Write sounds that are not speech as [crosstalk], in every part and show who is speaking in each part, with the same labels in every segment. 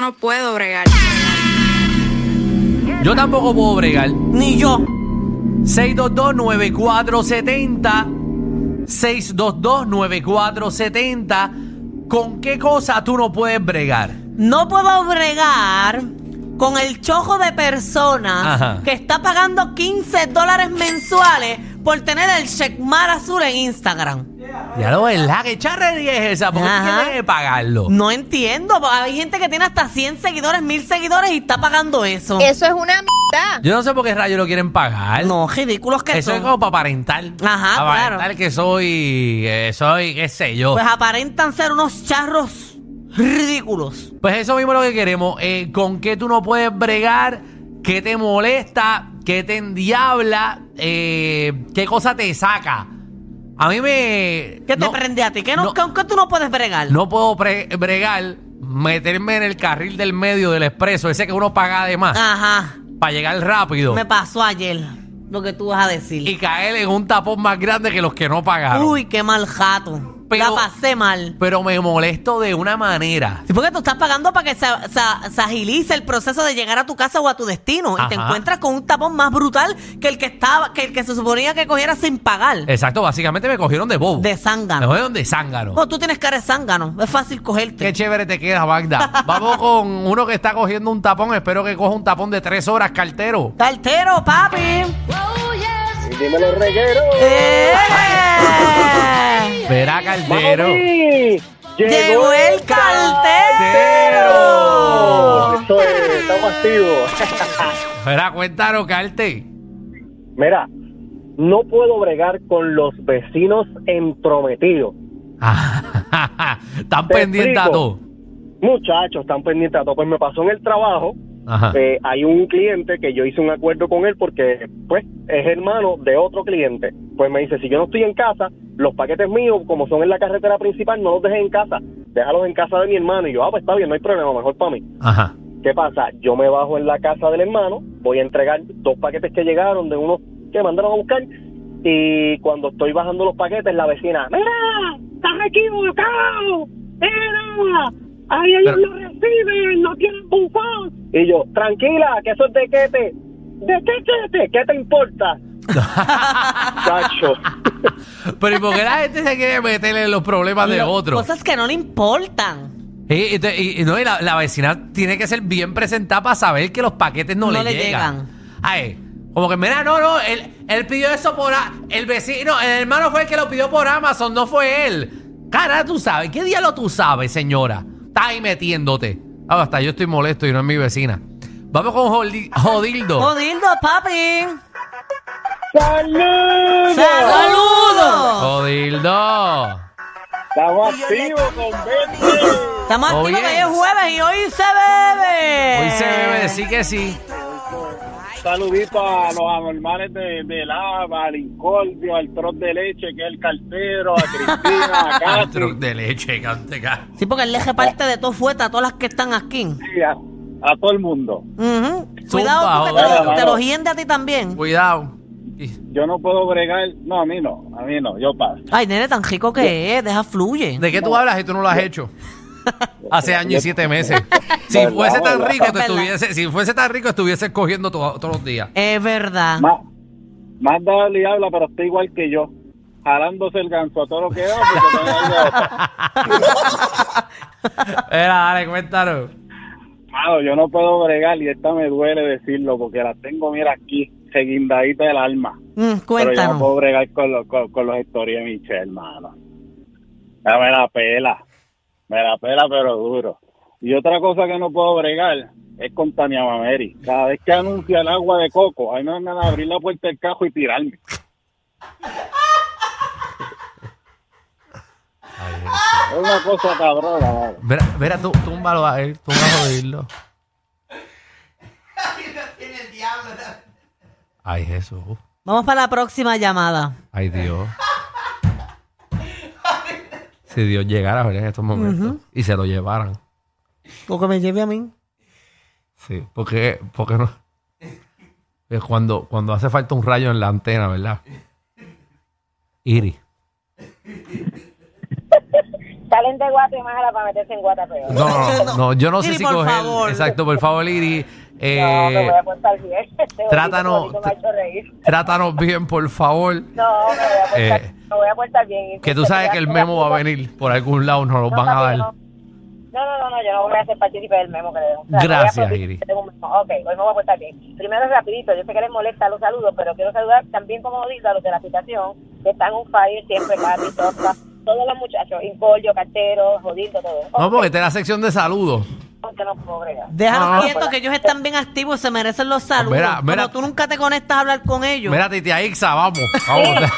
Speaker 1: no puedo bregar.
Speaker 2: Yo tampoco puedo bregar.
Speaker 3: Ni yo.
Speaker 2: 622-9470. 622-9470. ¿Con qué cosa tú no puedes bregar?
Speaker 3: No puedo bregar con el chojo de personas
Speaker 2: Ajá.
Speaker 3: que está pagando 15 dólares mensuales por tener el checkmar azul en Instagram.
Speaker 2: Ya lo es, la que charrería es esa, porque
Speaker 3: Ajá.
Speaker 2: tiene que pagarlo.
Speaker 3: No entiendo. Hay gente que tiene hasta 100 seguidores, 1000 seguidores y está pagando eso.
Speaker 1: Eso es una mierda.
Speaker 2: Yo no sé por qué rayos lo quieren pagar.
Speaker 3: Ah. No, ridículos que
Speaker 2: Eso es
Speaker 3: son.
Speaker 2: como para aparentar.
Speaker 3: Ajá, claro.
Speaker 2: aparentar que soy, eh, soy, qué sé yo.
Speaker 3: Pues
Speaker 2: Pues,
Speaker 3: aparentan ser unos charros ridículos.
Speaker 2: Pues eso mismo es lo que queremos. Eh, ¿Con qué tú no puedes bregar? ¿Qué te molesta? ¿Qué te endiabla? Eh, ¿Qué cosa te saca? A mí me...
Speaker 3: ¿Qué te
Speaker 2: no-
Speaker 3: prende a ti? ¿Qué, no,
Speaker 2: no.
Speaker 3: con qué tú no puedes bregar?
Speaker 2: No puedo pre- bregar, meterme en el carril del medio del expreso, ese que uno paga además,
Speaker 3: Ajá.
Speaker 2: para llegar rápido
Speaker 3: Ah. Me pasó ayer lo que tú vas a decir.
Speaker 2: y caer en un tapón más grande que los que no pagaron.
Speaker 3: Uy, qué mal jato.
Speaker 2: Pero-
Speaker 3: La pasé mal.
Speaker 2: Pero me molesto de una manera.
Speaker 3: Sí, porque tú estás pagando para que se, se- se agilice el proceso de llegar a tu casa o a tu destino y te
Speaker 2: Ajá.
Speaker 3: encuentras con un tapón más brutal que el que estaba, que el que se suponía que cogiera sin pagar.
Speaker 2: Exacto, básicamente me cogieron de bobo.
Speaker 3: De zángano.
Speaker 2: Me cogieron de zángano.
Speaker 3: Bueno, tú tienes cara de zángano, es fácil cogerte.
Speaker 2: Qué chévere te queda, Magda. Vamos con uno que está cogiendo un tapón. Espero que coja un tapón de tres horas, cartero.
Speaker 3: Cartero, papi.
Speaker 4: Dímelo, reguero.
Speaker 3: ¡Eh!
Speaker 2: Verá, cartero.
Speaker 4: Mami,
Speaker 3: Llegó el cartero.
Speaker 4: Eso es, estamos activos.
Speaker 2: Verá, cuéntanos, carte.
Speaker 4: Mira, no puedo bregar con los vecinos entrometidos.
Speaker 2: Tan [laughs]
Speaker 4: Te
Speaker 2: pendiente Ah, a
Speaker 4: explico.
Speaker 2: todo.
Speaker 4: Muchachos, están pendientes a todo. Pues me pasó en el trabajo.
Speaker 2: Ajá.
Speaker 4: eh, hay un cliente que yo hice un acuerdo con él porque, pues, es hermano de otro cliente. Pues me dice, si yo no estoy en casa, los paquetes míos, como son en la carretera principal, no los dejes en casa. Déjalos en casa de mi hermano. Y yo, ah, pues está bien, no hay problema, mejor para mí.
Speaker 2: Ajá.
Speaker 4: ¿Qué pasa? Yo me bajo en la casa del hermano, voy a entregar dos paquetes que llegaron de unos que mandaron a buscar y cuando estoy bajando los paquetes la vecina, mira, estás equivocado, mira, ahí ellos
Speaker 2: Pero-
Speaker 4: no reciben, no tienen bufón. Y yo, tranquila, que eso es de quete. ¿De qué quete? ¿Qué te importa? Chacho.
Speaker 2: Pero ¿y por qué la gente se quiere meter en los problemas de
Speaker 3: Lo-
Speaker 2: otro?
Speaker 3: Cosas que no le importan.
Speaker 2: Y, y te- y- y no, y la, la vecina tiene que ser bien presentada para saber que los paquetes no, le, llegan. Ay, como que, mira, no, no, él, él pidió eso por... a- El vecino, el hermano fue el que lo pidió por Amazon, no fue él. Cara, tú sabes, ¿qué diablo tú sabes, señora? Estás ahí metiéndote. Ah, hasta yo estoy molesto y no es mi vecina. Vamos con Jodi- Jodildo.
Speaker 3: Jodildo, papi.
Speaker 2: Oh.
Speaker 4: ¡Saludos!
Speaker 3: ¡Saludos!
Speaker 2: Jodildo.
Speaker 4: Estamos activos con Betty.
Speaker 3: Estamos
Speaker 2: Oh,
Speaker 3: activos
Speaker 2: yes.
Speaker 3: que hoy es jueves y hoy se bebe.
Speaker 2: Hoy se debe decir que sí.
Speaker 4: Saludito a los anormales de, de Lava, al Incordio, al Trot de Leche, que es el cartero, a
Speaker 2: [laughs]
Speaker 4: Cristina, a
Speaker 2: Ah,
Speaker 4: Castro,
Speaker 2: truc de leche, canteca.
Speaker 3: Sí, porque el eje parte de todo fueta, a todas las que están aquí.
Speaker 4: a, a todo el mundo.
Speaker 3: Ujú. Cuidado, porque te,
Speaker 4: joder.
Speaker 3: lo- te los hiende a ti también.
Speaker 2: Cuidado. Y-
Speaker 4: Yo no puedo bregar, no, a mí no, a mí no, yo paso.
Speaker 3: Ay, nene, tan rico que es, deja fluye.
Speaker 2: ¿De qué tú hablas si tú no lo has hecho?
Speaker 4: [laughs]
Speaker 2: Hace año y siete meses. Si
Speaker 4: Verdad,
Speaker 2: fuese tan
Speaker 4: verdad.
Speaker 2: rico, tú
Speaker 3: Verdad.
Speaker 2: estuviese, si fuese tan rico, estuvieses cogiendo to- todos los días.
Speaker 3: Es verdad.
Speaker 4: Más, más dale y habla, pero está igual que yo, jalándose el ganso a todo lo que da, porque no hay de otra.
Speaker 2: Era, dale, cuéntanos.
Speaker 4: Mano, yo no puedo bregar y esta me duele decirlo, porque la tengo, mira, aquí, seguindadita del alma.
Speaker 3: Mm,
Speaker 4: Pero yo no
Speaker 3: cuéntanos.
Speaker 4: puedo bregar con, los con, con los stories de Michelle, hermano. Ya me la pela. Me la pela, pero duro. Y otra cosa que no puedo bregar es con Tania Mameri. Cada vez que anuncia el agua de coco, ahí me van a abrir la puerta del cajo y tirarme. Es una cosa cabrona, mano.
Speaker 2: Mira, mira tú, túmbalo a él, túmbalo a jodirlo. Ay, Jesús.
Speaker 3: Vamos para la próxima llamada.
Speaker 2: Ay, Dios. Si Dios llegara ¿verdad? en estos momentos y se lo llevaran.
Speaker 3: Lo que me lleve a mí.
Speaker 2: Sí, porque, porque no. Es cuando, cuando hace falta un rayo en la antena, ¿verdad? Iri.
Speaker 5: salen de Guatemala para meterse en Guatapeor.
Speaker 2: No, no, no, no, yo no sé
Speaker 3: Iri,
Speaker 2: si
Speaker 3: por
Speaker 2: coger.
Speaker 3: favor.
Speaker 2: Exacto, por favor, Iri. eh,
Speaker 5: No, me voy a portar bien. [laughs] Este
Speaker 2: trátanos-
Speaker 5: bonito, bonito me ha hecho reír.
Speaker 2: Trátanos bien, por favor.
Speaker 5: No, me voy a portar,
Speaker 2: Eh,
Speaker 5: me voy a portar bien. este,
Speaker 2: Que tú sabes que el memo va a venir por algún lado, nos lo
Speaker 5: No,
Speaker 2: van a
Speaker 5: papi,
Speaker 2: dar.
Speaker 5: No, no, no, no, yo no voy a hacer partícipe del memo que le den.
Speaker 2: Gracias,
Speaker 5: voy a aplaudir
Speaker 2: Iri.
Speaker 5: que tengo un memo. Ok, hoy me voy a portar bien. Primero, rapidito, yo sé que les molesta los saludos, pero quiero saludar también, como digo, a los de la aplicación, que están un fire siempre, Katy, Tosca, todos los muchachos, Incolio, Cartero, Jodito, todo.
Speaker 2: No,
Speaker 5: Ok,
Speaker 2: porque esta es la sección de saludos.
Speaker 5: porque no puedo bregar.
Speaker 3: Déjalos
Speaker 2: No, no.
Speaker 3: quietos, que ellos están bien activos, se merecen los saludos.
Speaker 2: Mira, mira.
Speaker 3: Como tú nunca te conectas a hablar con ellos.
Speaker 2: Mira, Titi Ixa, vamos. vamos.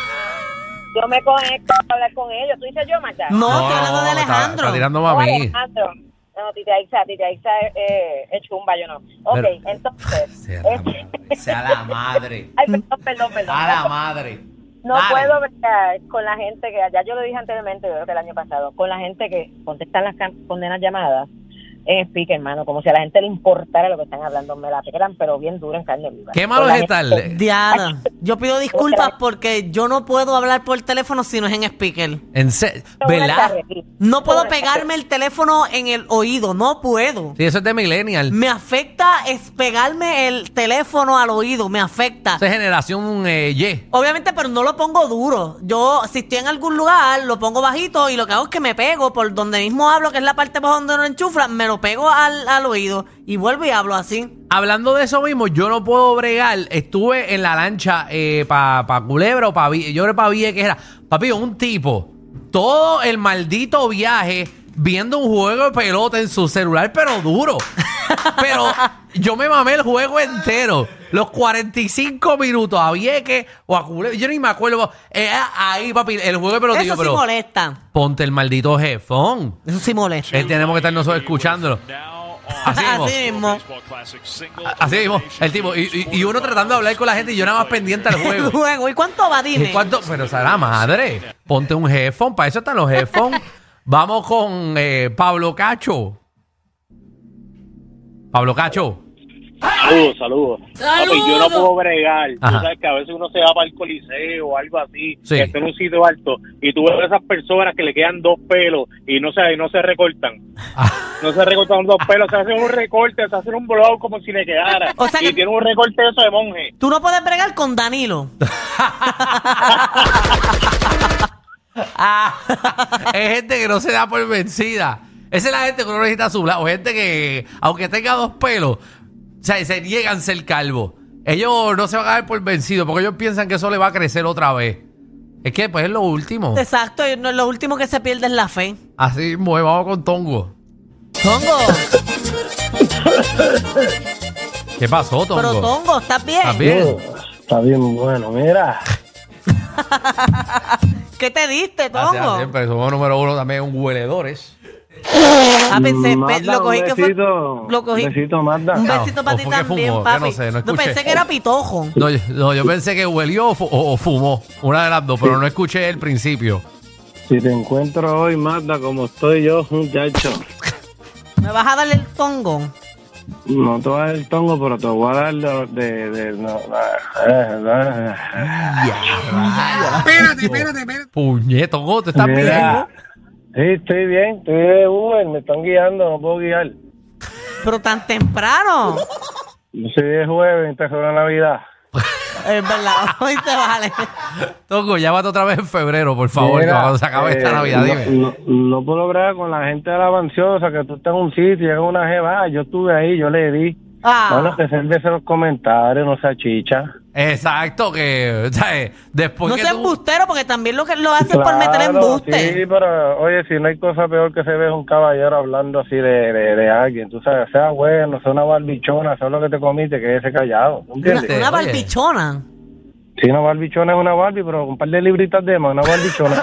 Speaker 5: Yo me conecto a hablar con ellos. ¿Tú dices yo, Marta?
Speaker 3: [laughs] No, estoy hablando de
Speaker 2: está-
Speaker 3: Alejandro.
Speaker 2: Está tirando
Speaker 5: No,
Speaker 2: mami.
Speaker 5: Alejandro. No, Tita Isa, Tita Isa eh, es chumba, yo no. Ok,
Speaker 2: Pero- [laughs]
Speaker 5: entonces.
Speaker 2: Sea
Speaker 5: eh,
Speaker 2: la madre. Sea la madre.
Speaker 5: [laughs] ay, perdón, perdón, perdón.
Speaker 2: A la madre.
Speaker 5: No
Speaker 2: Dale.
Speaker 5: puedo bregar con la gente que, allá yo lo dije anteriormente, yo creo que el año pasado, con la gente que contestan las can- condenas llamadas en speaker, hermano, como si a la gente le importara lo que están hablando, me la pegan, pero bien duro en carne viva.
Speaker 2: Qué
Speaker 5: Con
Speaker 2: malo
Speaker 5: la
Speaker 2: es
Speaker 5: gente-
Speaker 2: estarle.
Speaker 3: Diana, yo pido disculpas porque yo no puedo hablar por teléfono si no es en speaker.
Speaker 2: En se-
Speaker 5: Una
Speaker 2: ¿Verdad?
Speaker 5: carretilla.
Speaker 3: No puedo
Speaker 5: Una
Speaker 3: pegarme el teléfono en el oído, no puedo.
Speaker 2: Pues. Sí, eso es de Millennial.
Speaker 3: Me afecta es pegarme el teléfono al oído, me afecta.
Speaker 2: Esa es generación eh, Y.
Speaker 3: Obviamente, pero no lo pongo duro. Yo, si estoy en algún lugar, lo pongo bajito y lo que hago es que me pego por donde mismo hablo, que es la parte por donde no enchufla, me lo pego al, al oído y vuelvo y hablo así.
Speaker 2: Hablando de eso mismo, yo no puedo bregar. Estuve en la lancha para Culebra o para Yo creo para que era. Papi, un tipo. Todo el maldito viaje viendo un juego de pelota en su celular, pero [laughs] duro. Pero yo me mamé el juego entero. Los 45 minutos a Vieques o a Culebra. Yo ni me acuerdo. Era ahí, papi, el juego de pelota. Y yo,
Speaker 3: Eso sí
Speaker 2: pero
Speaker 3: molesta.
Speaker 2: ponte el maldito jefón.
Speaker 3: Eso sí molesta.
Speaker 2: Eh, tenemos que estar nosotros escuchándolo. Así mismo.
Speaker 3: Así mismo.
Speaker 2: A- Así mismo, el tipo. Y, y- y uno tratando de hablar con la gente y yo nada más pendiente al
Speaker 3: El [laughs]
Speaker 2: [laughs] juego.
Speaker 3: juego. ¿Y cuánto va,
Speaker 2: ¿Y
Speaker 3: dime?
Speaker 2: cuánto? Pero, o sea, la madre. Ponte un headphone, para eso están los headphones. Vamos con eh, Pablo Cacho. Pablo [laughs] Cacho.
Speaker 4: Saludos, saludos. Papi, yo no puedo bregar. Tú
Speaker 2: Ajá.
Speaker 4: sabes que a veces uno se va para el coliseo o algo así,
Speaker 2: Sí.
Speaker 4: que está en un sitio alto, y tú ves a esas personas que le quedan dos pelos y no se, y no se recortan. No se recortan
Speaker 2: Ah.
Speaker 4: los dos pelos, se hacen un recorte, se hacen un blow como si le quedara.
Speaker 3: O sea
Speaker 4: y
Speaker 3: que-
Speaker 4: tiene un recorte eso de monje.
Speaker 3: Tú no puedes bregar con Danilo.
Speaker 2: Ah, [laughs] es gente que no se da por vencida. Esa es la gente que uno necesita a su lado. Gente que, aunque tenga dos pelos, o sea, se niegan a ser calvo. Ellos no se van a dar por vencido porque ellos piensan que eso le va a crecer otra vez. Es que, pues, es lo último.
Speaker 3: Exacto, y no- lo último que se pierde es la fe.
Speaker 2: Así, mueve, vamos con Tongo.
Speaker 3: Tongo,
Speaker 2: ¿Qué pasó, Tongo?
Speaker 3: pero Tongo, ¿estás bien?
Speaker 2: ¿Estás bien?
Speaker 6: Está bien bueno, mira.
Speaker 3: ¿Qué te diste,
Speaker 2: Gracias,
Speaker 3: Tongo?
Speaker 2: siempre. Somos número uno también ¿eh? en hueledores.
Speaker 3: Ah, pensé, pe-
Speaker 6: Magda,
Speaker 3: lo cogí
Speaker 6: Mm, un
Speaker 3: que fue.
Speaker 6: besito,
Speaker 3: Lo cogí.
Speaker 6: Un besito, Magda.
Speaker 3: Un
Speaker 2: No,
Speaker 3: besito para
Speaker 2: o
Speaker 3: ti
Speaker 2: fue que
Speaker 3: también,
Speaker 2: fumó,
Speaker 3: papi.
Speaker 2: que no sé, no
Speaker 3: Yo pensé
Speaker 2: escuché.
Speaker 3: que era pitojo.
Speaker 2: No, yo, no, yo pensé que huelió o, fu- o- o fumó. Una de las dos, pero no escuché el principio.
Speaker 6: Si te encuentro hoy, Magda, como estoy yo, muchacho,
Speaker 3: Me vas a darle el tongo.
Speaker 6: no te voy a dar el tongo, pero te voy a dar lo de... de- no, eh, eh,
Speaker 7: Espérate, espérate, espérate.
Speaker 2: Puñeto, Tongo, ¿tú estás
Speaker 6: mira.
Speaker 2: bien?
Speaker 6: Sí, estoy bien, estoy de Uber, me están guiando, no puedo guiar.
Speaker 3: Pero tan temprano.
Speaker 6: Sí, es jueves, te la Navidad.
Speaker 3: Es verdad, [laughs] hoy te vale.
Speaker 2: Tongo, llámate otra vez en febrero, por favor,
Speaker 6: Mira,
Speaker 2: cuando se acabe esta
Speaker 6: eh,
Speaker 2: Navidad,
Speaker 6: no,
Speaker 2: dime.
Speaker 6: No, no puedo lograr con la gente de la ansiosa que tú estás en un sitio, llega una jeva, ah, yo estuve ahí, yo le di.
Speaker 3: Ah,
Speaker 6: Bueno, que sírvese los comentarios, no sea chicha.
Speaker 2: Exacto, que, o sea, eh, después
Speaker 3: no
Speaker 2: que
Speaker 3: seas
Speaker 2: tú-
Speaker 3: embustero porque también lo, que, lo haces por
Speaker 6: Claro,
Speaker 3: meter embuste.
Speaker 6: Sí, pero oye, si no hay cosa peor que se ve un caballero hablando así de, de, de alguien, tú sabes, sea bueno, sea una barbichona, sea lo que te comiste, que ese callado, ¿tú
Speaker 3: Una,
Speaker 6: ¿entiendes?
Speaker 2: Fíjate,
Speaker 3: una
Speaker 2: oye.
Speaker 3: barbichona.
Speaker 6: Si una barbichona es una Barbie, pero con un par de libritas de más, una barbichona.